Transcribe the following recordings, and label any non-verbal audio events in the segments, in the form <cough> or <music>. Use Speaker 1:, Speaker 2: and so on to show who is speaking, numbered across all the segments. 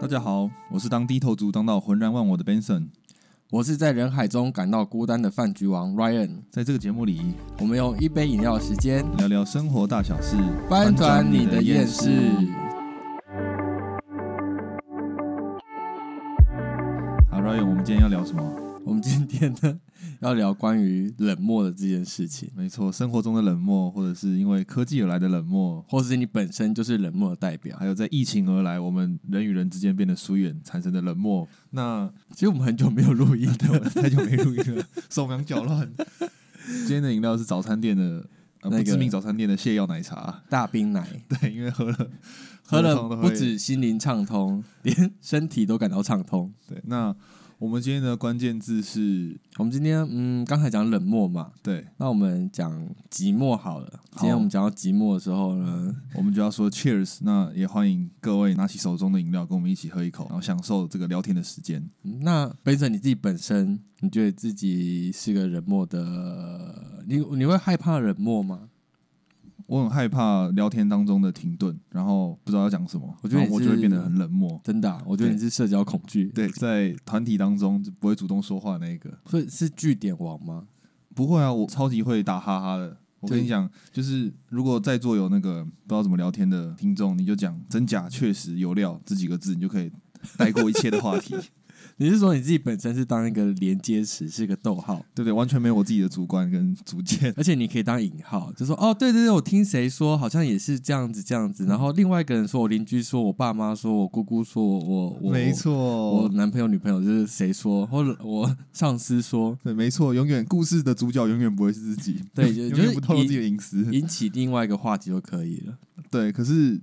Speaker 1: 大家好，我是当低头族当到浑然忘我的 Benson，
Speaker 2: 我是在人海中感到孤单的饭局王 Ryan。
Speaker 1: 在这个节目里
Speaker 2: 我们用一杯饮料时间
Speaker 1: 聊聊生活大小事，
Speaker 2: 翻转你的厌世。
Speaker 1: 好，Ryan，我们今天要聊什么？
Speaker 2: 我们今天呢要聊关于冷漠的这件事情，
Speaker 1: 没错，生活中的冷漠，或者是因为科技而来的冷漠，
Speaker 2: 或是你本身就是冷漠的代表。
Speaker 1: 还有在疫情而来，我们人与人之间变得疏远产生的冷漠。那
Speaker 2: 其实我们很久没有录音
Speaker 1: 对我
Speaker 2: 了，
Speaker 1: 太久没录音了，手忙脚乱。今天的饮料是早餐店的。呃，
Speaker 2: 那
Speaker 1: 不
Speaker 2: 个
Speaker 1: 知名早餐店的泻药奶茶，
Speaker 2: 大冰奶
Speaker 1: 对，因为喝了
Speaker 2: 喝
Speaker 1: 通
Speaker 2: 了
Speaker 1: 常都
Speaker 2: 不
Speaker 1: 会
Speaker 2: 止心灵畅通，连身体都感到畅通。
Speaker 1: 对。那我们今天的关键字是
Speaker 2: 我们今天嗯，刚才讲冷漠嘛，
Speaker 1: 对，
Speaker 2: 那我们讲寂寞好了。今天我们讲到寂寞的时候呢，
Speaker 1: 我们就要说 Cheers，那也欢迎各位拿起手中的饮料，跟我们一起喝一口，然后享受这个聊天的时间。
Speaker 2: 那背着你自己本身，你觉得自己是个冷漠的，你你会害怕冷漠吗？
Speaker 1: 我很害怕聊天当中的停顿，然后不知道要讲什么，
Speaker 2: 我觉得
Speaker 1: 然后我
Speaker 2: 你
Speaker 1: 就是会变得很冷漠。
Speaker 2: 真的啊、我觉得
Speaker 1: 对
Speaker 2: 你是社交恐惧，
Speaker 1: 对，在团体当中就不会主动说话那一个，
Speaker 2: 所以是据点王吗？
Speaker 1: 不会啊，我超级会打哈哈的。我跟
Speaker 2: 对
Speaker 1: 你讲，就是如果在座有那个不知道怎么聊天的听众，你就讲真假确实有料这几个字，你就可以带过一切的话
Speaker 2: <laughs>
Speaker 1: 题，
Speaker 2: 你是说你自己本身是当一个连接词，是个逗号，
Speaker 1: 对不对？完全没有我自己的主观跟主见。
Speaker 2: 而且你可以当引号，就说哦，对对对，我听谁说好像也是这样子这样子，然后另外一个人说，我邻居说，我爸妈说，我姑姑说，我我我
Speaker 1: 没，错，
Speaker 2: 我男朋友女朋友就是谁说，或者我上司说，
Speaker 1: 对，没错，永远故事的主角永远不会是自 <laughs> 己，
Speaker 2: 对，就
Speaker 1: 永
Speaker 2: 就是
Speaker 1: 远不透露自己
Speaker 2: 引
Speaker 1: 的隐私。
Speaker 2: 引起另外一个话题就可以了。
Speaker 1: <laughs> 对，可是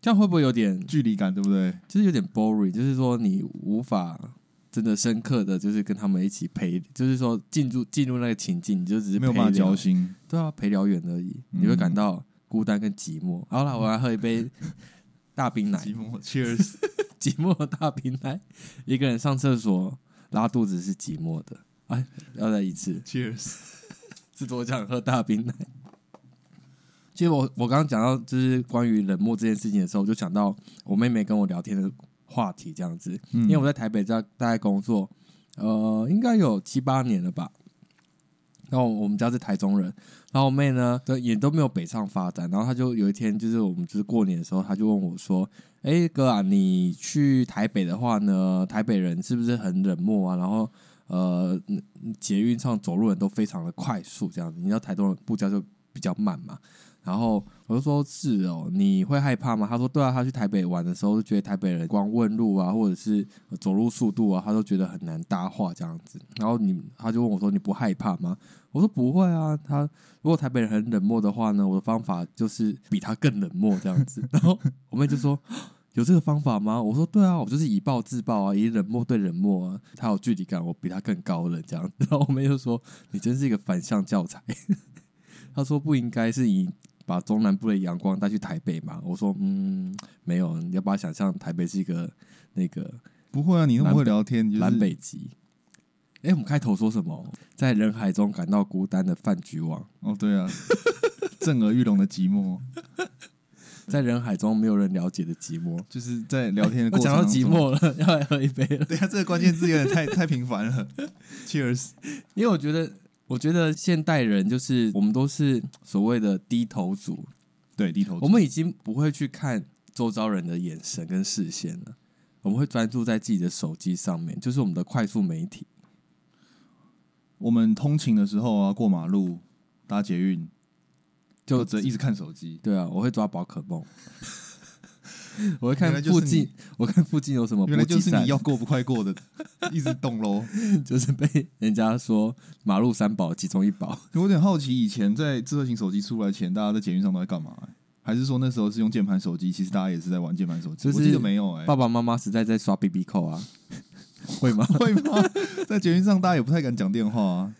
Speaker 2: 这样会不会有点，
Speaker 1: 距离感，对不对？
Speaker 2: 就是有点 boring？就是说你无法真的深刻的，就是跟他们一起陪，就是说进入进入那个情境，你就只是
Speaker 1: 没有办法
Speaker 2: 陪聊
Speaker 1: 交， <laughs> 心。
Speaker 2: 对啊，陪聊员而已，
Speaker 1: 嗯
Speaker 2: 你会感到孤单跟寂寞。好了，我来喝一杯大冰奶，
Speaker 1: <laughs> 寞，Cheers！
Speaker 2: 寂寞的大冰奶，一个人上厕所拉肚子是寂寞的。哎，要再一次。
Speaker 1: Cheers！
Speaker 2: 是多想喝大冰奶。其实我我刚刚讲到就是关于冷漠这件事情的时候，我就想到我妹妹跟我聊天的话题这样子，
Speaker 1: 因
Speaker 2: 因为我在台北在大概工作，呃，应该有七八年了吧。然后我们家是台中人，然后我妹呢，对，也都没有北上发展。然后她就有一天，就是我们就是过年的时候，她就问我说：“哎哥啊，你去台北的话呢，台北人是不是很冷漠啊？然后呃，嗯捷运上走路人都非常的快速，这样子，你知道台中人步调就比较慢嘛。”然后我就说：“是哦，你会害怕吗？”她说：“对啊，她去台北玩的时候，就觉得台北人光问路啊，或者是走路速度啊，她都觉得很难搭话这样子。”然后你，她就问我说：“你不害怕吗？”我说不会啊，他如果台北人很冷漠的话呢，我的方法就是比他更冷漠这样子。然后我妹就说有这个方法吗？我说对啊，我就是以暴制暴啊，以冷漠对冷漠啊，他有距离感，我比他更高冷这样 <laughs> 子。然后我妹就说你真是一个反向教材。 <laughs> 她说不应该是以把中南部的阳光带去台北嘛？我说嗯，没有，你要把它想象台北是一个那个
Speaker 1: 不会啊，你那么会聊天，你就是
Speaker 2: 南北极。哎、我们开头说什么？在人海中感到孤单的饭局王，
Speaker 1: 哦，对啊， <laughs> 震耳欲聋的寂寞，
Speaker 2: 在人海中没有人了解的寂寞。
Speaker 1: 就是在聊天的
Speaker 2: 我
Speaker 1: 过程。
Speaker 2: 讲到寂，寞了， <laughs> 要来喝一杯了。
Speaker 1: <laughs> 对啊，这个关键字有点太太频繁了。Cheers！
Speaker 2: 因为我觉得，我觉得现代人就是我们都是所谓的低头族，
Speaker 1: <laughs> 对，低头族。
Speaker 2: 我们已经不会去看周遭人的眼神跟视线了，我们会专注在自己的手机上面，就是我们的快速媒体。
Speaker 1: 我们通勤的时候啊，过马路、搭捷运，
Speaker 2: 就
Speaker 1: 都只一直看手机。
Speaker 2: 对啊，我会抓宝可梦，我会
Speaker 1: 原来
Speaker 2: 看
Speaker 1: 就是
Speaker 2: 附
Speaker 1: 你
Speaker 2: 近，我看附近有什么
Speaker 1: 原来
Speaker 2: 补
Speaker 1: 就
Speaker 2: 给
Speaker 1: 是
Speaker 2: 站
Speaker 1: 你。要过不快过的， <laughs> 一直动喽。
Speaker 2: 就是被人家说马路三宝其中一宝，
Speaker 1: 我有点好奇，以前在智慧型手机出来前，大家在捷运上都在干嘛、还是说那时候是用键盘手机？其实大家也是在玩键盘手机。
Speaker 2: 就是
Speaker 1: 我记得没有哎、
Speaker 2: 爸爸妈妈实在在刷 B B 扣啊， <laughs> 会吗？
Speaker 1: 会吗？在捷运上，大家也不太敢讲电话 <laughs> 啊，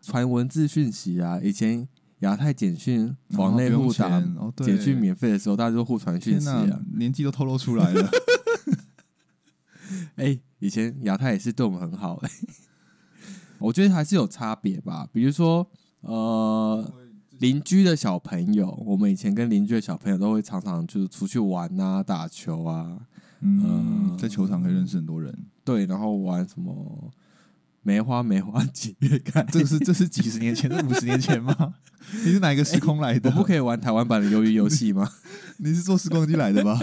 Speaker 2: 传文字讯息啊，以前亚太简讯往内
Speaker 1: 然后
Speaker 2: 互
Speaker 1: 不用钱
Speaker 2: 打
Speaker 1: 哦，对，
Speaker 2: 简讯免费的时候，大家就互传讯
Speaker 1: 天
Speaker 2: 息
Speaker 1: 哪
Speaker 2: 啊。，
Speaker 1: 年纪都透露出来 <laughs> 了。
Speaker 2: 哎、以前亚太也是对我们很好、 <laughs> 哎，我觉得还是有差别吧。比如说，呃，邻居的小朋友，我们以前跟邻居的小朋友都会常常就是出去玩啊、打球啊，
Speaker 1: 嗯，
Speaker 2: 呃
Speaker 1: 在球场可以认识很多人，
Speaker 2: 对，然后玩什么梅花梅花几月啊开？
Speaker 1: <laughs> 这是这是几十年前，这五十年前 <laughs> 吗？你是哪一个时空来
Speaker 2: 我
Speaker 1: 的？
Speaker 2: 不可以玩台湾版的鱿鱼游戏吗？
Speaker 1: <laughs> 你是坐时光机来的 <laughs> 吧？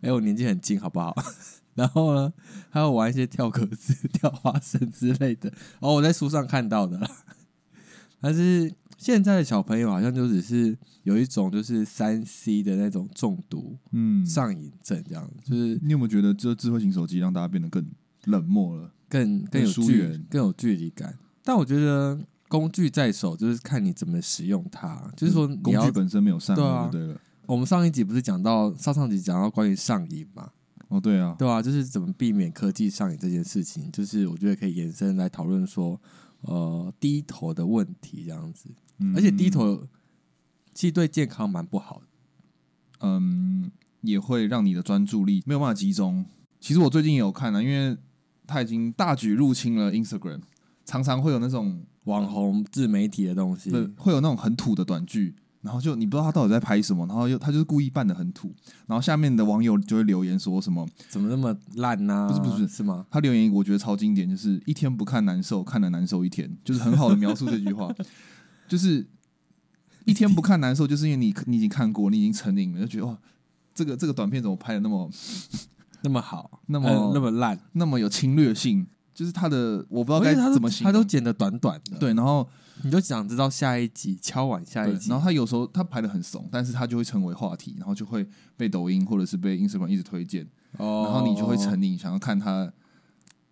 Speaker 2: 哎、我年纪很轻，好不好？ <laughs> 然后呢，还有玩一些跳格子、 <laughs> 跳花绳之类的。哦，我在书上看到的啦。 <laughs> 但是现在的小朋友好像就只是有一种就是三 C 的那种中毒、
Speaker 1: 嗯，
Speaker 2: 上瘾症这样，就是
Speaker 1: 你有没有觉得这智慧型手机让大家变得更冷漠了？
Speaker 2: 更更有
Speaker 1: 疏
Speaker 2: 距
Speaker 1: 远
Speaker 2: 更有距离感。但我觉得工具在手，就是看你怎么使用它。就是说，你
Speaker 1: 工
Speaker 2: 要
Speaker 1: 具本身没有善
Speaker 2: 对啊
Speaker 1: 恶，对了。
Speaker 2: 我们上一集不是讲到上上集讲到关于上瘾嘛？
Speaker 1: 哦，对啊，
Speaker 2: 对啊，就是怎么避免科技上瘾这件事情，就是我觉得可以延伸来讨论说，呃，低头的问题这样子，
Speaker 1: 嗯
Speaker 2: 而且低，头其实对健康蛮不好的。
Speaker 1: 嗯，也会让你的专注力没有办法集中。其实我最近也有看啊，因为他已经大举入侵了 Instagram，常常会有那种
Speaker 2: 网红自媒体的东西，
Speaker 1: 对，会有那种很土的短剧，然后就你不知道他到底在拍什么，然后又他就是故意扮的很土，然后下面的网友就会留言说什么，
Speaker 2: 怎么那么烂呐、
Speaker 1: 不是不是
Speaker 2: 是吗？
Speaker 1: 他留言我觉得超经典，就是一天不看难受，看了难受一天，就是很好的描述这句话， <laughs> 就是一天不看难受，就是因为你你已经看过，你已经成瘾了，就觉得哇，这个这个短片怎么拍的那么
Speaker 2: 那么好，
Speaker 1: 那么
Speaker 2: 呃那么烂，
Speaker 1: 那么有侵略性？就是他的我不知道该
Speaker 2: 而且他都
Speaker 1: 哦怎么形
Speaker 2: 他都
Speaker 1: 容，
Speaker 2: 剪得短短的，，
Speaker 1: 对，然后
Speaker 2: 你就想知道下一集，敲完下
Speaker 1: 对
Speaker 2: 一，集，
Speaker 1: 然后他有时候他排的很怂，但是他就会成为话题，然后就会被抖音或者是被 Instagram 一直推荐，
Speaker 2: 哦
Speaker 1: 然后你就会成瘾，想要看他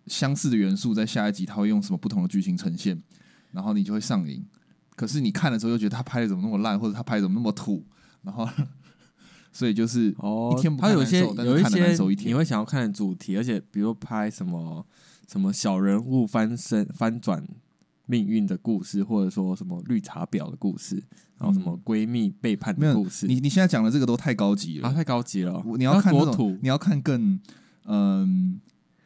Speaker 1: 相似的元素在下一集他会用什么不同的剧情呈现，然后你就会上瘾。可是你看的时候又觉得他拍的怎么那么烂，或者他拍的怎么那么土，然后所以就是
Speaker 2: 哦，
Speaker 1: 一天不
Speaker 2: 它
Speaker 1: 看
Speaker 2: 有一
Speaker 1: 难
Speaker 2: 些
Speaker 1: 受但是
Speaker 2: 有一
Speaker 1: 看得难
Speaker 2: 些
Speaker 1: 受一
Speaker 2: 你
Speaker 1: 天
Speaker 2: 会想要看的主题，而且比如拍什么什么小人物翻身翻转命运的故事，或者说什么绿茶婊的故事，然后什么闺蜜背叛
Speaker 1: 没
Speaker 2: 的
Speaker 1: 有
Speaker 2: 故事，
Speaker 1: 你你现在讲的这个都太高级了，
Speaker 2: 啊太高级了，
Speaker 1: 我你要看
Speaker 2: 多
Speaker 1: 那种
Speaker 2: 土，
Speaker 1: 你要看更嗯、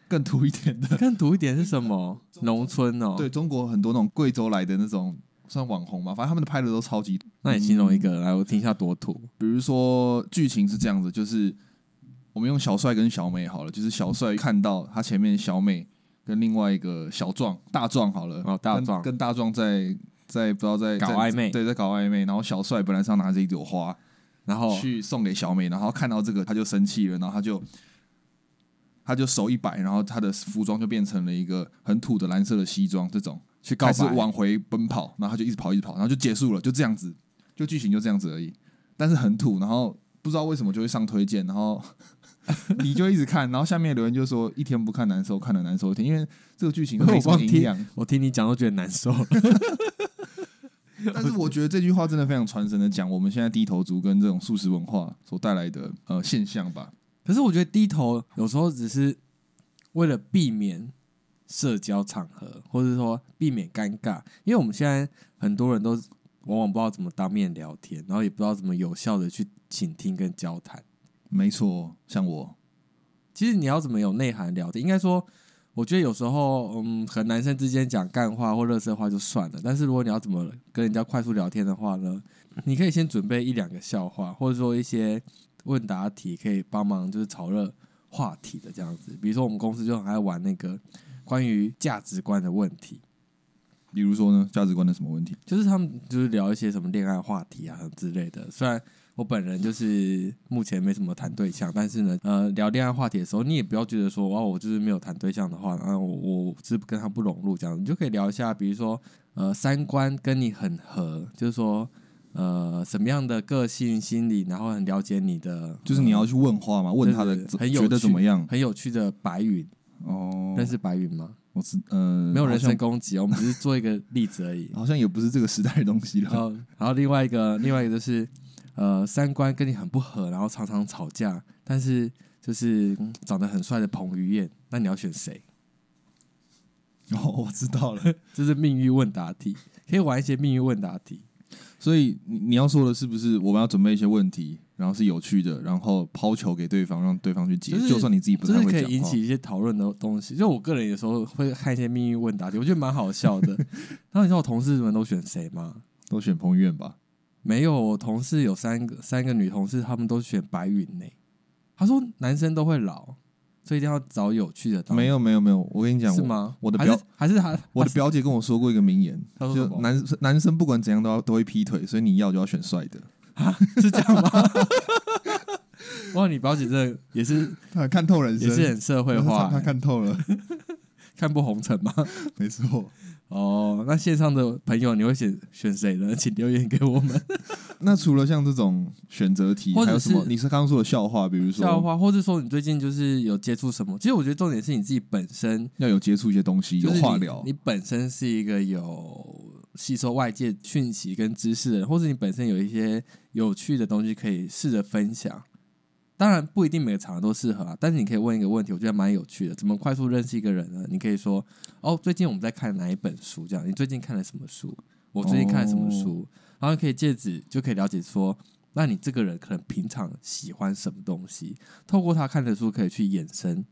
Speaker 1: 更土一点的，
Speaker 2: 更土一点是什么？农村哦，
Speaker 1: 对，中国很多那种贵州来的那种算网红嘛，反正他们的拍的都超级，
Speaker 2: 那你形容一
Speaker 1: 嗯
Speaker 2: 个来，我听一下多土
Speaker 1: 比如说剧情是这样子，就是我们用小帅跟小美好了，就是小帅看到他前面小美跟另外一个小壮大壮好了，
Speaker 2: 哦大
Speaker 1: 跟
Speaker 2: 壮
Speaker 1: 跟大壮在在不知道在
Speaker 2: 搞
Speaker 1: 在
Speaker 2: 暧昧
Speaker 1: 对，在搞暧昧，然后小帅本来是要拿着一朵花
Speaker 2: 然后
Speaker 1: 去送给小美，然后看到这个他就生气了，然后他就。他就手一摆，然后他的服装就变成了一个很土的蓝色的西装，这种
Speaker 2: 去告
Speaker 1: 开始
Speaker 2: 白，
Speaker 1: 往回奔跑，然后他就一直跑，一直跑，然后就结束了，就这样子，就剧情就这样子而已。但是很土，然后不知道为什么就会上推荐，然后 <laughs> 你就一直看，然后下面留言就说一天不看难受，看了难受一天，因为这个剧情都没什么营养。
Speaker 2: <laughs> 我听你讲都觉得难受。
Speaker 1: 但是我觉得这句话真的非常传神的讲我们现在低头族跟这种素食文化所带来的呃现象吧。
Speaker 2: 可是我觉得低头有时候只是为了避免社交场合，或者说避免尴尬，因为我们现在很多人都往往不知道怎么当面聊天，然后也不知道怎么有效的去倾听跟交谈。
Speaker 1: 没错，像我，
Speaker 2: 其实你要怎么有内涵聊天，应该说，我觉得有时候，嗯，和男生之间讲干话或热色话就算了，但是如果你要怎么跟人家快速聊天的话呢，你可以先准备一两个笑话，或者说一些问答题，可以帮忙就是炒热话题的这样子。比如说我们公司就很爱玩那个关于价值观的问题，
Speaker 1: 比如说呢，价值观的什么问题？
Speaker 2: 就是他们就是聊一些什么恋爱话题啊什么之类的。虽然我本人就是目前没什么谈对象，但是呢，呃，聊恋爱话题的时候，你也不要觉得说哇，我就是没有谈对象的话，然后我我是跟他不融入这样，你就可以聊一下，比如说呃，三观跟你很合，就是说呃，什么样的个性、心理，然后很了解你的，
Speaker 1: 就是你要去问话嘛，问他的
Speaker 2: 嗯对对对
Speaker 1: 怎
Speaker 2: 很有
Speaker 1: 觉得
Speaker 2: 趣
Speaker 1: 怎么样
Speaker 2: 呃、？很有趣的白云，
Speaker 1: 哦，
Speaker 2: 认识白云吗？
Speaker 1: 我是呃，
Speaker 2: 没有人
Speaker 1: 好像
Speaker 2: 身攻击哦，我们只是做一个例子而已。
Speaker 1: 好像也不是这个时代的东西了
Speaker 2: 然。后，然后另外一个，另外一个就是，呃，三观跟你很不合，然后常常吵架，但是就是、嗯长得很帅的彭于晏，那你要选谁？
Speaker 1: 哦，我知道了。
Speaker 2: 这是命运问答题，可以玩一些命运问答题。
Speaker 1: 所以你你要说的是不是我们要准备一些问题，然后是有趣的，然后抛球给对方，让对方去解。
Speaker 2: 就是
Speaker 1: 就算你自己不
Speaker 2: 就
Speaker 1: 太
Speaker 2: 是
Speaker 1: 会讲
Speaker 2: 可以
Speaker 1: 话，
Speaker 2: 引起一些讨论的东西。就我个人有时候会看一些命运问答题，我觉得蛮好笑的。 <laughs> 然后你知道我同事们都选谁吗？
Speaker 1: 都选彭于晏吧？
Speaker 2: 没有，我同事有三个三个女同事，她们都选白云呢、他说男生都会老，所以一定要找有趣的当。
Speaker 1: 没有没有没有，我跟你讲，
Speaker 2: 哦是
Speaker 1: 我
Speaker 2: 吗？
Speaker 1: 我的
Speaker 2: 还是
Speaker 1: 表
Speaker 2: 还是他
Speaker 1: 我的表姐跟我说过一个名言，
Speaker 2: 她说
Speaker 1: 就
Speaker 2: 什么
Speaker 1: 男生男生不管怎样都要都会劈腿，所以你要就要选帅的。
Speaker 2: <laughs> 是这样吗？哇，你表姐这也是
Speaker 1: 他看透人
Speaker 2: 也
Speaker 1: 生，
Speaker 2: 是很社会化、欸
Speaker 1: 他看
Speaker 2: <laughs>
Speaker 1: 透了，
Speaker 2: 看破红尘吗？
Speaker 1: 没错。
Speaker 2: <laughs> 哦，那线上的朋友你会选选谁呢？ <laughs> 请留言给我们。
Speaker 1: 那除了像这种选择题，
Speaker 2: 或者
Speaker 1: 还有什么？
Speaker 2: 是
Speaker 1: 你是刚刚说的笑话，比如说
Speaker 2: <laughs> 笑话，或者说你最近就是有接触什么？其实我觉得重点是你自己本身，
Speaker 1: 要有接触一些东西，
Speaker 2: 就
Speaker 1: 有
Speaker 2: 是你
Speaker 1: 话聊
Speaker 2: 你。本身是一个有吸收外界讯息跟知识的人，或者你本身有一些有趣的东西可以试着分享。当然不一定每个场合都适合啊，但是你可以问一个问题，我觉得蛮有趣的。怎么快速认识一个人呢？你可以说哦，最近我们在看哪一本书？这样，你最近看了什么书？我最近看了什么书？然后可以借此就可以了解说，那你这个人可能平常喜欢什么东西？透过他看的书，可以去衍生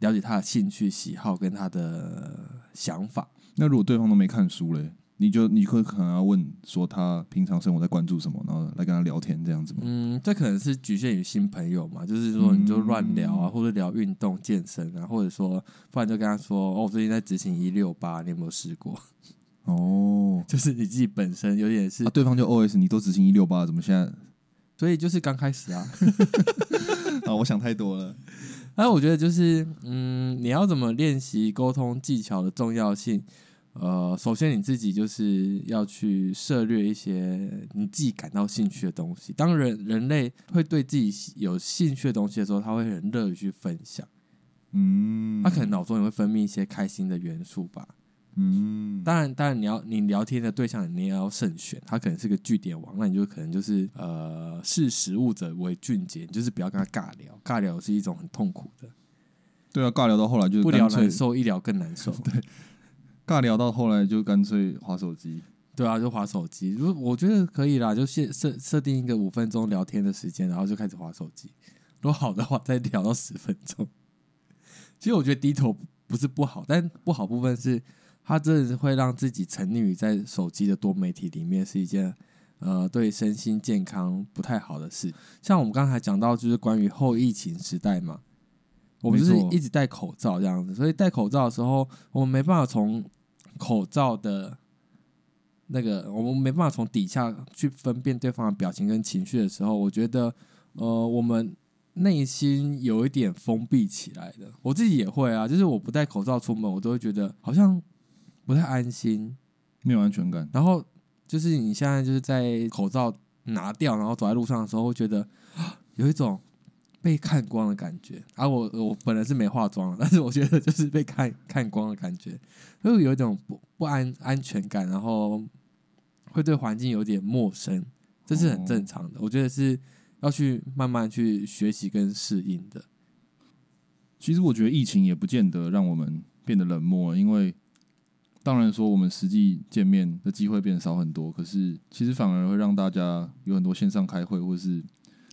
Speaker 2: 了解他的兴趣喜好跟他的想法。
Speaker 1: 那如果对方都没看书嘞，你就你会可能要问说他平常生活在关注什么，然后来跟他聊天这样子吗？
Speaker 2: 嗯，这可能是局限于新朋友嘛，就是说你就乱聊啊，或者聊运动、健身啊，或者说，不然就跟他说，哦，我最近在执行一六八，你有没有试过？ <laughs> 嗯
Speaker 1: 哦，
Speaker 2: 就是你自己本身有点是
Speaker 1: 啊，，对方就 O S，你都执行一六八，怎么现
Speaker 2: <laughs>
Speaker 1: 在？
Speaker 2: 所以就是刚开始啊。 <laughs>
Speaker 1: 啊，我想太多了。
Speaker 2: 但我觉得就是，嗯，你要怎么练习沟通技巧的重要性？呃，首先你自己就是要去涉略一些你自己感到兴趣的东西。当人人类会对自己有兴趣的东西的时候，他会很乐于去分享，
Speaker 1: 嗯，
Speaker 2: 他可能脑中也会分泌一些开心的元素吧。
Speaker 1: 嗯，
Speaker 2: 当然，当然你要你聊天的对象你也要慎选，他可能是个据点王，那你就可能就是呃识时务者为俊杰，你就是不要跟他尬聊，尬聊是一种很痛苦的，
Speaker 1: 对啊，尬聊到后来就
Speaker 2: 不聊
Speaker 1: 干脆
Speaker 2: 难受，一聊更难 <laughs> 受。
Speaker 1: 尬聊到后来就干脆划手机。
Speaker 2: 对啊，就划手机。如我觉得可以啦，就设设设定一个五分钟聊天的时间，然后就开始划手机。如果好的话，再聊到十分钟。其实我觉得低头不是不好，但不好部分是，它真的是会让自己沉溺于在手机的多媒体里面，是一件呃对身心健康不太好的事。像我们刚才讲到，就是关于后疫情时代嘛，我们就是
Speaker 1: 没错
Speaker 2: 一直戴口罩这样子，所以戴口罩的时候，我们没办法从口罩的那个，我们没办法从底下去分辨对方的表情跟情绪的时候，我觉得，呃，我们内心有一点封闭起来的。我自己也会啊，就是我不戴口罩出门，我都会觉得好像不太安心。
Speaker 1: 没有安全感，
Speaker 2: 然后就是你现在就是在口罩拿掉，然后走在路上的时候，会觉得 <gasps> 啊有一种被看光的感觉。啊，我我本来是没化妆的， <laughs> 但是我觉得就是被看看光的感觉，就是有一种不不安安全感，然后会对环境有点陌生，这是很正常的。我觉得是要去慢慢去学习跟适应的。
Speaker 1: 其实我觉得疫情也不见得让我们变得冷漠，因为当然说我们实际见面的机会变少很多，可是其实反而会让大家有很多线上开会，或是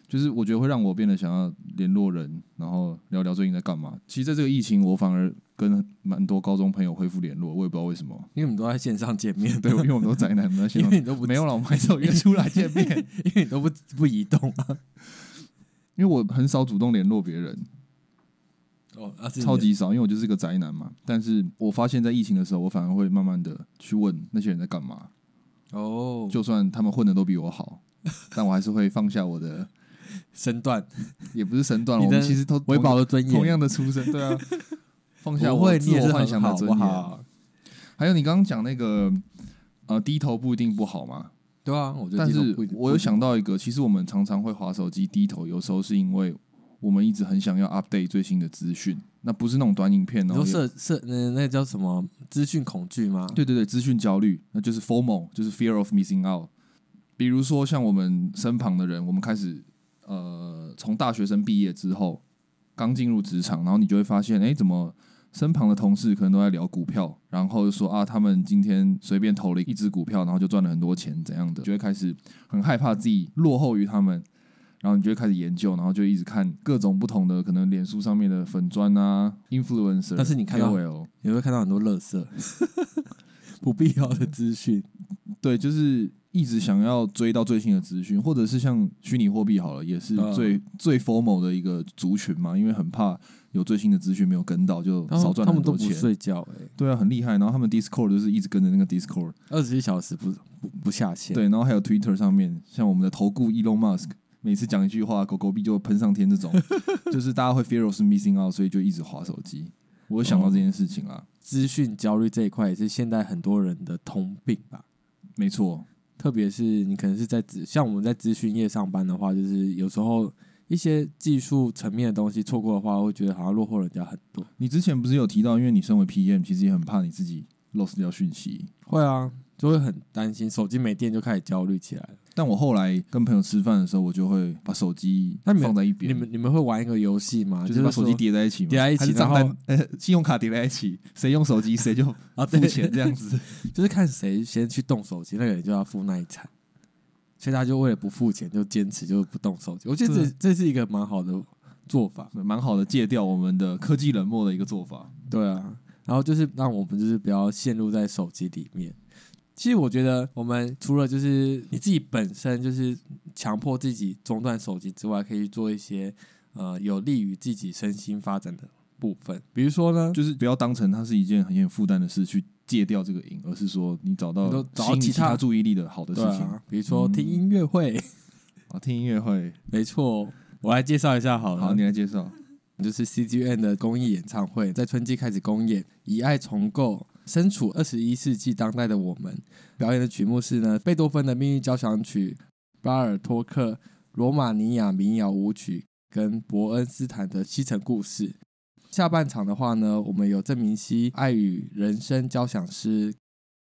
Speaker 1: 就是我觉得会让我变得想要联络人，然后聊聊最近在干嘛。其实在这个疫情，我反而跟蛮多高中朋友恢复联络，我也不知道为什么。
Speaker 2: 因为我们都在线上见面，
Speaker 1: 对，因为我们都宅男，我们在线
Speaker 2: <laughs> 因
Speaker 1: 上
Speaker 2: 为你都不
Speaker 1: 没有了，我们还是有约出来见面，
Speaker 2: <laughs>
Speaker 1: <laughs>
Speaker 2: 因为你都不不移动啊，
Speaker 1: 因为我很少主动联络别人。
Speaker 2: <laughs> 哦，啊
Speaker 1: 超级少，因为我就是个宅男嘛。但是我发现，在疫情的时候，我反而会慢慢的去问那些人在干嘛，
Speaker 2: 哦，就
Speaker 1: 就算他们混的都比我好，但我还是会放下我的，
Speaker 2: 身段，
Speaker 1: 也不是身段，我
Speaker 2: 你的
Speaker 1: 们其实都
Speaker 2: 维保的尊严，
Speaker 1: 同样的出身，对
Speaker 2: <laughs>
Speaker 1: 啊，放下
Speaker 2: 不
Speaker 1: 我
Speaker 2: 会，
Speaker 1: 自
Speaker 2: 你也
Speaker 1: 我
Speaker 2: 是
Speaker 1: 幻
Speaker 2: 很
Speaker 1: 想的
Speaker 2: 好
Speaker 1: 尊
Speaker 2: 不
Speaker 1: 严。
Speaker 2: 好？
Speaker 1: 还有你刚刚讲那个，呃，低头不一定不好嘛，
Speaker 2: 对啊，我觉得
Speaker 1: 但
Speaker 2: 这种
Speaker 1: 是
Speaker 2: 不一定
Speaker 1: 我有想到一个，其实我们常常会划手机低头，有时候是因为我们一直很想要 update 最新的资讯，那不是那种短影片
Speaker 2: 你
Speaker 1: 哦，
Speaker 2: 说
Speaker 1: 也
Speaker 2: 社社那那个叫什么资讯恐惧吗？
Speaker 1: 对对对，资讯焦虑，那就是 FOMO，就是 fear of missing out。比如说像我们身旁的人，我们开始呃，从大学生毕业之后，刚进入职场，然后你就会发现，哎，怎么身旁的同事可能都在聊股票，然后就说啊，他们今天随便投了一只股票，然后就赚了很多钱，怎样的，就会开始很害怕自己落后于他们。然后你就会开始研究，然后就一直看各种不同的可能，脸书上面的粉砖啊，influencer，
Speaker 2: 但是你看到
Speaker 1: KOL
Speaker 2: <laughs> 你会看到很多垃圾，不必要的资讯。
Speaker 1: 对，就是一直想要追到最新的资讯，或者是像虚拟货币好了，也是
Speaker 2: 嗯
Speaker 1: 最、最 formal 的一个族群嘛，因为很怕有最新的资讯没有跟到，就
Speaker 2: 他
Speaker 1: 少
Speaker 2: 们
Speaker 1: 赚
Speaker 2: 哦他
Speaker 1: 了
Speaker 2: 们
Speaker 1: 很
Speaker 2: 都
Speaker 1: 多
Speaker 2: 不
Speaker 1: 钱。
Speaker 2: 睡觉哎、
Speaker 1: 对啊，很厉害。然后他们 Discord 就是一直跟着那个 Discord，
Speaker 2: 二十一小时不不不下线。
Speaker 1: 对，然后还有 Twitter 上面，像我们的投顾 Elon Musk，每次讲一句话，狗狗币就会喷上天，这
Speaker 2: <laughs>
Speaker 1: 种就是大家会 fear of missing out，所以就一直划手机。我有想
Speaker 2: 哦
Speaker 1: 到这件事情啦，
Speaker 2: 资讯焦虑这一块也是现在很多人的通病吧。
Speaker 1: 没错，
Speaker 2: 特别是你可能是在资，像我们在资讯业上班的话，就是有时候一些技术层面的东西错过的话，会觉得好像落后人家很多。
Speaker 1: 你之前不是有提到，因为你身为 PM，其实也很怕你自己 lost 掉讯息。
Speaker 2: 会啊，就会很担心，手机没电就开始焦虑起来了。
Speaker 1: 但我后来跟朋友吃饭的时候，我就会把手机
Speaker 2: 那你们
Speaker 1: 放在一边，啊
Speaker 2: 你们你们会玩一个游戏吗？
Speaker 1: 就是是把
Speaker 2: 说
Speaker 1: 手机叠在一起嘛，
Speaker 2: 叠在一起
Speaker 1: 还是账
Speaker 2: 然后
Speaker 1: 单、呃 <laughs> 信用卡叠在一起， <laughs> 谁用手机谁就
Speaker 2: <laughs> 啊，
Speaker 1: 付
Speaker 2: 对，
Speaker 1: 钱这样子。 <laughs>
Speaker 2: 就是看谁先去动手机，那个人就要付那一餐。所以他就为了不付钱，就坚持就不动手机。我觉得这
Speaker 1: 对
Speaker 2: 这是一个蛮好的做法。
Speaker 1: 蛮好的，戒掉我们的科技冷漠的一个做法。
Speaker 2: 对啊，然后就是让我们就是不要陷入在手机里面。其实我觉得，我们除了就是你自己本身就是强迫自己中断手机之外，可以做一些呃有利于自己身心发展的部分。比如说呢，
Speaker 1: 就是不要当成它是一件很有负担的事去戒掉这个瘾，而是说你找到
Speaker 2: 你都找到
Speaker 1: 吸引
Speaker 2: 其
Speaker 1: 其
Speaker 2: 他
Speaker 1: 他注意力的好的事
Speaker 2: 对
Speaker 1: 情嗯
Speaker 2: 啊，比如说听音乐会，
Speaker 1: 啊，听音乐会。
Speaker 2: 没错。我来介绍一下好了，
Speaker 1: 好，你来介绍。
Speaker 2: 就是 CGN 的公益演唱会，在春季开始公演，以爱重构。身处二十一世纪当代的我们，表演的曲目是呢贝多芬的命运交响曲、巴尔托克、罗马尼亚民谣舞曲跟伯恩斯坦的西城故事。下半场的话呢，我们有郑明熙《爱与人生交响诗》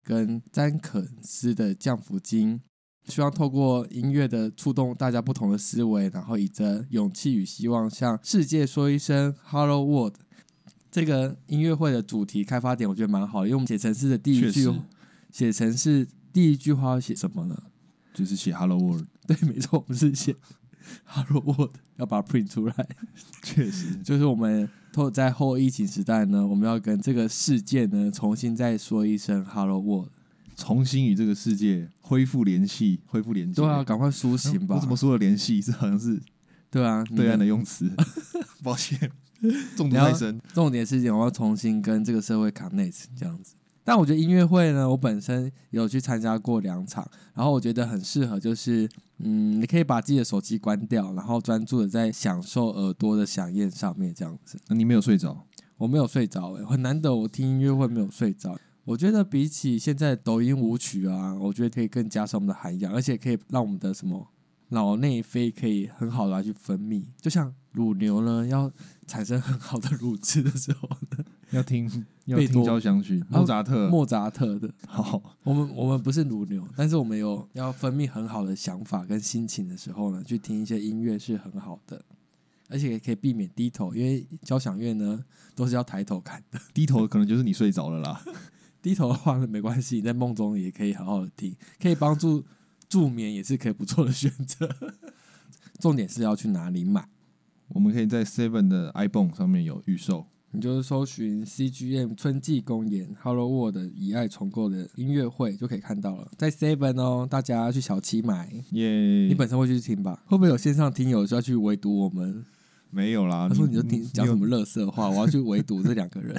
Speaker 2: 跟詹肯斯的《降福经》，希望透过音乐的触动大家不同的思维，然后以着勇气与希望向世界说一声 “Hello World”。这个音乐会的主题开发点我觉得蛮好的，因为我们写城市的第一
Speaker 1: 确
Speaker 2: 句
Speaker 1: 实，
Speaker 2: 写成是第一句话要写什么呢？
Speaker 1: 就是写 Hello
Speaker 2: <laughs>
Speaker 1: World，
Speaker 2: 对，没错，我们是写 <laughs> Hello World，要把它 print 出来。
Speaker 1: 确实
Speaker 2: 就是我们透在后疫情时代呢，我们要跟这个世界呢重新再说一声 Hello World，
Speaker 1: 重新与这个世界恢复联系，恢复连接。
Speaker 2: 对啊，赶快苏
Speaker 1: 嗯
Speaker 2: 醒吧
Speaker 1: 我怎。么说的联系？这好像是
Speaker 2: <laughs> 对啊，你
Speaker 1: 对岸
Speaker 2: 们
Speaker 1: 的用词，抱歉，中毒
Speaker 2: 你要
Speaker 1: 太深。
Speaker 2: 重点是我要重新跟这个社会 connect 这样子。但我觉得音乐会呢，我本身有去参加过两场，然后我觉得很适合，就是嗯，你可以把自己的手机关掉，然后专注的在享受耳朵的响宴上面这样子。
Speaker 1: 那你没有睡着？
Speaker 2: 我没有睡着、欸，很难得我听音乐会没有睡着。我觉得比起现在的抖音舞曲啊，我觉得可以更加上我们的涵养，而且可以让我们的什么脑内啡可以很好的去分泌。就像乳牛呢，要产生很好的乳汁的时候， <laughs>
Speaker 1: 要听要
Speaker 2: 贝
Speaker 1: 听
Speaker 2: 多
Speaker 1: 交响曲，
Speaker 2: 然后
Speaker 1: 莫扎特。
Speaker 2: 莫扎特的，
Speaker 1: 好，
Speaker 2: 我们我们不是乳牛，但是我们有要分泌很好的想法跟心情的时候呢，去听一些音乐是很好的，而且也可以避免低头，因为交响乐呢都是要抬头看。
Speaker 1: 低头可能就是你睡着了啦。
Speaker 2: 低头的话呢，没关系，你在梦中也可以好好的听，可以帮助助眠，也是可以不错的选择。 <laughs> 重点是要去哪里买？
Speaker 1: 我们可以在 Seven 的 iPhone 上面有预售。
Speaker 2: 你就是搜寻 CGM 春季公演 Hello World 的以爱重构的音乐会就可以看到了，在 Seven 哦，大家去小七买。
Speaker 1: 耶、
Speaker 2: 你本身会去听吧？会不会有线上听友就要去围堵我们？
Speaker 1: 没有啦，
Speaker 2: 他说你就听讲什
Speaker 1: 有
Speaker 2: 么乐色话，我要去围堵这两个人。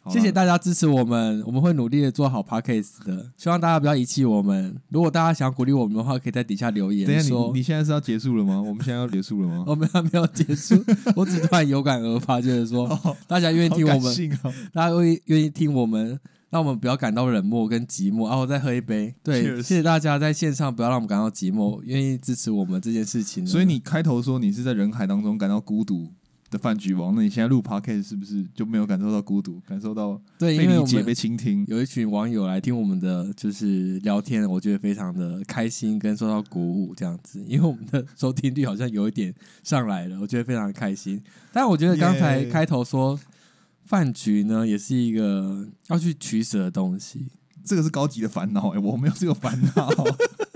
Speaker 1: 好啦
Speaker 2: 谢谢大家支持我们，我们会努力的做好 podcast 的，希望大家不要遗弃我们。如果大家想鼓励我们的话，可以在底下留言
Speaker 1: 等一下，
Speaker 2: 说哦
Speaker 1: 你你现在是要结束了吗？我们现在要结束
Speaker 2: <laughs>
Speaker 1: 了吗？
Speaker 2: 我们还没有结
Speaker 1: <laughs>
Speaker 2: 束，我只突然有感而发，就是说
Speaker 1: 哦，
Speaker 2: 大家愿意听我
Speaker 1: 好感
Speaker 2: 们，
Speaker 1: 性
Speaker 2: <laughs>
Speaker 1: 啊！
Speaker 2: 大家会愿意听我们，让我们不要感到冷漠跟寂寞。啊，我再喝一杯。对
Speaker 1: Cheers
Speaker 2: 谢谢大家在线上不要让我们感到寂寞，愿意支持我们这件事情呢。
Speaker 1: 所以你开头说你是在人海当中感到孤独的饭局王，那你现在录 podcast 是不是就没有感受到孤独，感受到
Speaker 2: 对，
Speaker 1: 被
Speaker 2: 因为
Speaker 1: 理
Speaker 2: 我
Speaker 1: 解、
Speaker 2: 们
Speaker 1: 被倾听？
Speaker 2: 有一群网友来听我们的就是聊天，我觉得非常的开心跟受到鼓舞这样子，因为我们的收听率好像有一点上来了，我觉得非常开心。但我觉得刚才
Speaker 1: Yeah
Speaker 2: 开头说饭局呢，也是一个要去取舍的东西，
Speaker 1: 这个是高级的烦恼哎，我没有这个烦 <laughs> 恼，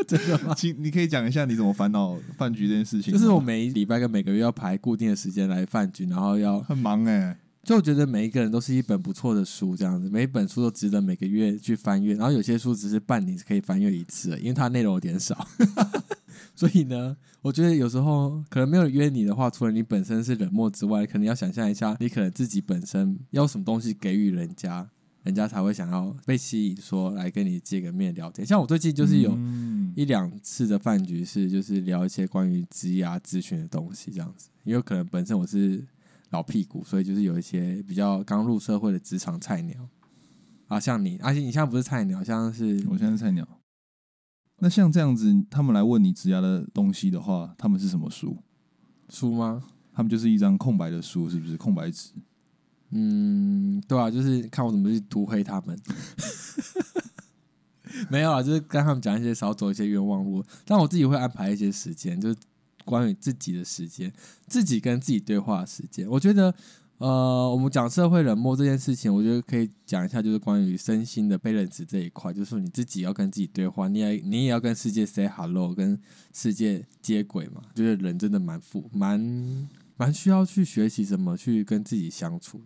Speaker 2: 真的吗？
Speaker 1: 请你可以讲一下你怎么烦恼饭局这件事情
Speaker 2: 就
Speaker 1: 吗。
Speaker 2: 是我每一礼拜跟每个月要排固定的时间来饭局，然后要
Speaker 1: 很忙哎，
Speaker 2: 就我觉得每一个人都是一本不错的书，这样子，每一本书都值得每个月去翻阅。然后有些书只是半年可以翻阅一次，因为它内容有点少。 <laughs> 所以呢，我觉得有时候可能没有人约你的话，除了你本身是冷漠之外，可能要想象一下，你可能自己本身要什么东西给予人家，人家才会想要被吸引，说来跟你见个面聊天。像我最近就是有
Speaker 1: 嗯
Speaker 2: 一两次的饭局是就是聊一些关于职涯咨询的东西，这样子，因为可能本身我是老屁股，所以就是有一些比较刚入社会的职场菜鸟啊，像你，而、且你现在不是菜鸟，像是
Speaker 1: 我现在是菜鸟。那像这样子，他们来问你职涯的东西的话，他们是什么书？
Speaker 2: 书吗？
Speaker 1: 他们就是一张空白的书，是不是空白纸？
Speaker 2: 嗯，对啊，就是看我怎么去涂黑他们。 <laughs> 没有啊，就是跟他们讲一些少走一些冤枉路，但我自己会安排一些时间，就是关于自己的时间，自己跟自己对话的时间。我觉得，呃，我们讲社会冷漠这件事情，我觉得可以讲一下，就是关于身心的被认知这一块，就是你自己要跟自己对话，你也你也要跟世界 say hello，跟世界接轨嘛。觉得人真的蛮富，蛮蛮需要去学习怎么去跟自己相处的。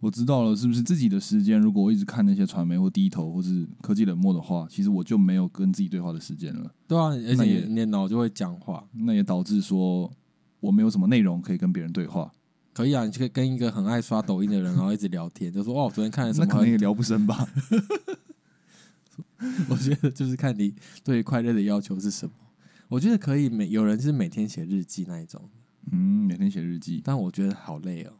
Speaker 1: 我知道了，是不是自己的时间？如果我一直看那些传媒或低头或是科技冷漠的话，其实我就没有跟自己对话的时间了。
Speaker 2: 对啊，而
Speaker 1: 那
Speaker 2: 且
Speaker 1: 也
Speaker 2: 你的脑就会讲话。
Speaker 1: 那也导致说我没有什么内容可以跟别人对话，
Speaker 2: 可以啊，你去跟一个很爱刷抖音的人，然后一直聊天，就说哦，我昨天看了什
Speaker 1: 那
Speaker 2: 么？
Speaker 1: 可能也聊不深吧。
Speaker 2: 我觉得就是看你对快乐的要求是什么。我觉得可以每有人是每天写日记那一种，
Speaker 1: 嗯，每天写日记
Speaker 2: 但我觉得好累哦。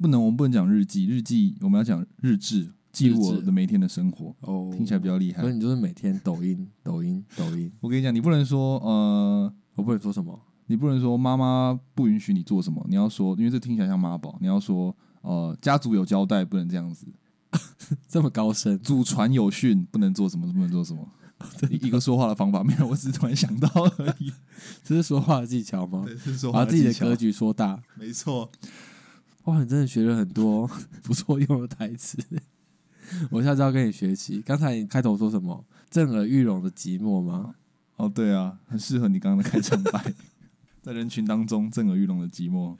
Speaker 1: 不能，我们不能讲日记，日记我们要讲日志，记录我的每一天的生活，
Speaker 2: 哦，
Speaker 1: 听起来比较厉害
Speaker 2: 所。以你就是每天抖音、抖音、抖音。
Speaker 1: 我跟你讲，你不能说呃，
Speaker 2: 我不能说什么，
Speaker 1: 你不能说妈妈不允许你做什么，你要说，因为这听起来像妈宝，你要说呃，家族有交代，不能这样子，
Speaker 2: 这么高深。
Speaker 1: 祖传有训，不能做什么，不能做 <laughs> 什么。一一个说话的方法没有，我只是突然想到而 <laughs> 已。
Speaker 2: 这是说话的技巧吗？
Speaker 1: 是说
Speaker 2: 把自己的格局说大。
Speaker 1: 没错。
Speaker 2: 哇，你真的学了很多 <laughs> 不错用的台词，我下次要跟你学习。刚才你开头说什么？震耳欲聋的寂寞吗？
Speaker 1: 哦，对啊，很适合你刚刚的开场白， <laughs> 在人群当中震耳欲聋的寂寞。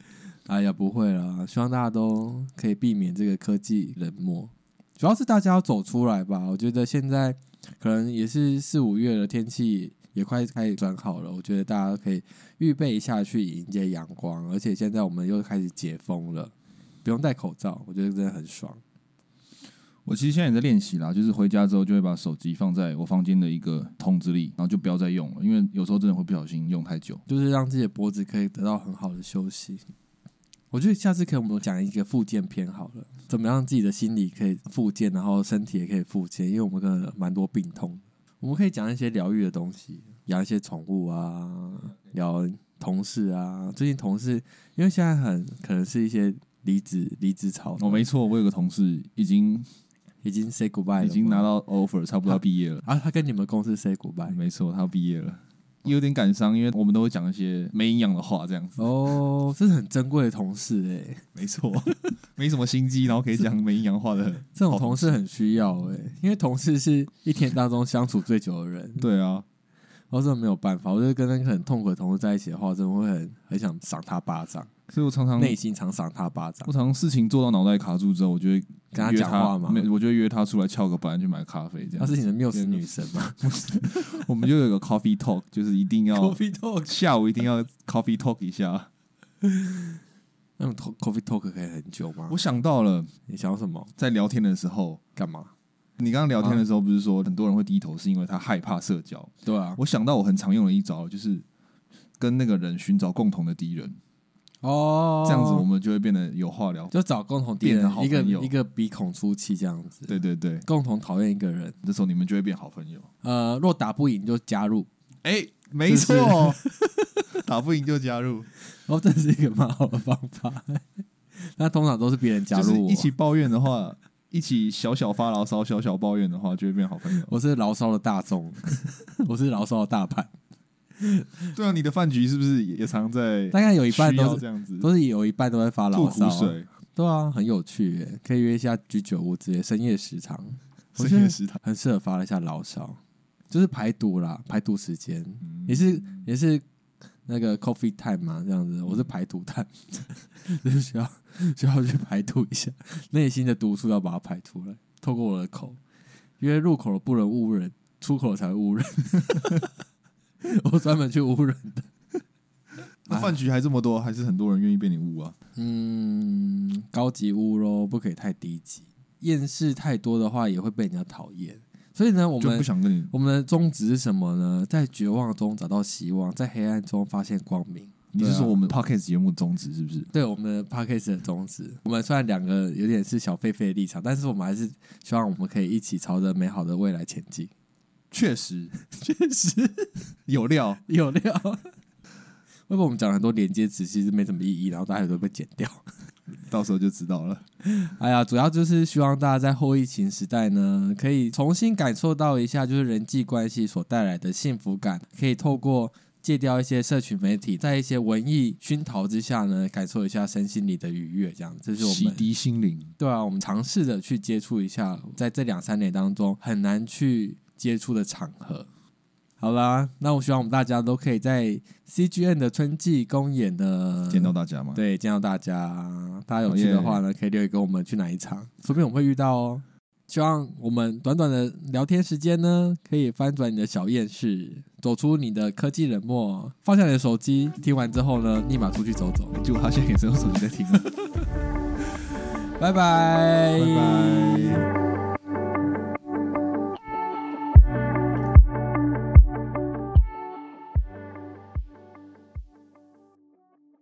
Speaker 2: 哎呀，不会啦，希望大家都可以避免这个科技冷漠。主要是大家要走出来吧。我觉得现在可能也是四五月了，天气也快开始转好了。我觉得大家可以预备一下去迎接阳光，而且现在我们又开始解封了，不用戴口罩，我觉得真的很爽。
Speaker 1: 我其实现在也在练习啦，就是回家之后就会把手机放在我房间的一个桶子里，然后就不要再用了，因为有时候真的会不小心用太久。
Speaker 2: 就是让自己的脖子可以得到很好的休息。我觉得下次可以我们讲一个复健篇好了，怎么让自己的心理可以复健，然后身体也可以复健，因为我们可能蛮多病痛的，我们可以讲一些疗愈的东西，养一些宠物啊，聊同事啊。最近同事因为现在很可能是一些离职离职潮，
Speaker 1: 哦，没错，我有个同事已经
Speaker 2: 已经 say goodbye 了，
Speaker 1: 已经拿到 offer，差不多要毕业 <laughs> 了。
Speaker 2: 啊，他跟你们公司 say goodbye
Speaker 1: 没错，他要毕业了，有点感伤，因为我们都会讲一些没营养的话，这样子。
Speaker 2: 哦，这是很珍贵的同事哎、
Speaker 1: 没错，没什么心机，然后可以讲没营养话 <laughs> 的。
Speaker 2: 这种同事很需要哎、因为同事是一天当中相处最久的人，
Speaker 1: 对啊，
Speaker 2: 我真的没有办法。我就跟那个很痛苦的同事在一起的话，真的会很很想赏他巴掌，
Speaker 1: 所以我常常
Speaker 2: 内心常赏他巴掌
Speaker 1: 我。常常事情做到脑袋卡住之后，我就会
Speaker 2: 跟他
Speaker 1: 约
Speaker 2: 讲话嘛
Speaker 1: 没，我就会约他出来翘个班去买咖啡，这样。
Speaker 2: 她是你的缪斯女神
Speaker 1: <laughs>
Speaker 2: 吗
Speaker 1: 我们就有一个 coffee talk，就是一定要
Speaker 2: <laughs> ？Coffee talk，
Speaker 1: 下午一定要 coffee talk 一下。
Speaker 2: 那种 talk- coffee talk 可以很久吗
Speaker 1: 我？想到了，
Speaker 2: 你想要什么？
Speaker 1: 在聊天的时候，
Speaker 2: 干嘛？
Speaker 1: 你刚刚聊天的时候不是说很多人会低头是因为他害怕社交？
Speaker 2: 对啊，
Speaker 1: 我想到我很常用的一招就是。跟那个人寻找共同的敌人，
Speaker 2: 哦，
Speaker 1: 这样子我们就会变得有话聊。
Speaker 2: 就找共同敌
Speaker 1: 变得
Speaker 2: 人，
Speaker 1: 好
Speaker 2: 一个
Speaker 1: 朋友
Speaker 2: 一个鼻孔出气这样子，
Speaker 1: 对对对，
Speaker 2: 共同讨厌一个人。
Speaker 1: 这时候你们就会变好朋友。
Speaker 2: 呃，若打不赢就加入。
Speaker 1: 哎、没错， <laughs> 打不赢就加入，
Speaker 2: 哦，这是一个蛮好的方法。 <laughs> 那通常都是别人加
Speaker 1: 就是
Speaker 2: 入我，啊
Speaker 1: 一起抱怨的话，一起小小发牢骚、小小抱怨的话，就会变好朋友。
Speaker 2: 我是牢骚的
Speaker 1: <laughs>
Speaker 2: 大众，我是牢骚的大派，
Speaker 1: 对啊，你的饭局是不是也也常在
Speaker 2: 大概有一半
Speaker 1: 需要
Speaker 2: 都
Speaker 1: 这
Speaker 2: 是
Speaker 1: 样子
Speaker 2: 都是有一半都在发
Speaker 1: 吐
Speaker 2: 牢骚
Speaker 1: 苦
Speaker 2: 啊、
Speaker 1: 水？
Speaker 2: 对啊，很有趣耶，可以约一下居酒屋之类深夜食堂，我
Speaker 1: 深
Speaker 2: 觉
Speaker 1: 夜
Speaker 2: 得
Speaker 1: 食堂，
Speaker 2: 很适合发一下牢骚，就是排毒啦，排毒时间
Speaker 1: 嗯
Speaker 2: 也是也是那个 coffee time 嘛，这样子，我是排毒探， <laughs> 就是需要需要去排毒一下内心的毒素，要把它排出来，透过我的口，因为入口不能污人，出口才会污人。 <laughs> 我专门去污人，
Speaker 1: 那饭局还这么多，还是很多人愿意被你污啊？
Speaker 2: 嗯，高级污咯，不可以太低级，厌世太多的话也会被人家讨厌。所以呢，我
Speaker 1: 就
Speaker 2: 们
Speaker 1: 不想跟你
Speaker 2: 我们的宗旨是什么呢？在绝望中找到希望，在黑暗中发现光明。
Speaker 1: 你是
Speaker 2: 对啊
Speaker 1: 说我们 podcast 节目宗旨是不是？
Speaker 2: 对我们的 p a c k a g e 的宗旨，我们虽然两个有点是小狒狒的立场，但是我们还是希望我们可以一起朝着美好的未来前进。
Speaker 1: <laughs> 确实
Speaker 2: 确实
Speaker 1: 有料，
Speaker 2: 有料， <laughs> 会不会我们讲了很多连接词，其实没什么意义，然后大家都被剪掉？
Speaker 1: 到时候就知道了。
Speaker 2: 哎呀，主要就是希望大家在后疫情时代呢，可以重新感受到一下，就是人际关系所带来的幸福感，可以透过戒掉一些社群媒体，在一些文艺熏陶之下呢，感受一下身心里的愉悦。这样，这是我
Speaker 1: 洗
Speaker 2: 们
Speaker 1: 涤心灵，
Speaker 2: 对啊，我们尝试着去接触一下，在这两三年当中很难去接触的场合。好啦，那我希望我们大家都可以在 CGN 的春季公演的
Speaker 1: 见到大家吗？
Speaker 2: 对，见到大家，啊大家有去的话呢，可以留言给我们去哪一场，说不定我们会遇到哦。希望我们短短的聊天时间呢，可以翻转你的小厌世，走出你的科技冷漠，放下你的手机。听完之后呢，立马出去走走。
Speaker 1: 就 <laughs> 他现在也是用手机在听了，
Speaker 2: 拜拜，
Speaker 1: 拜拜。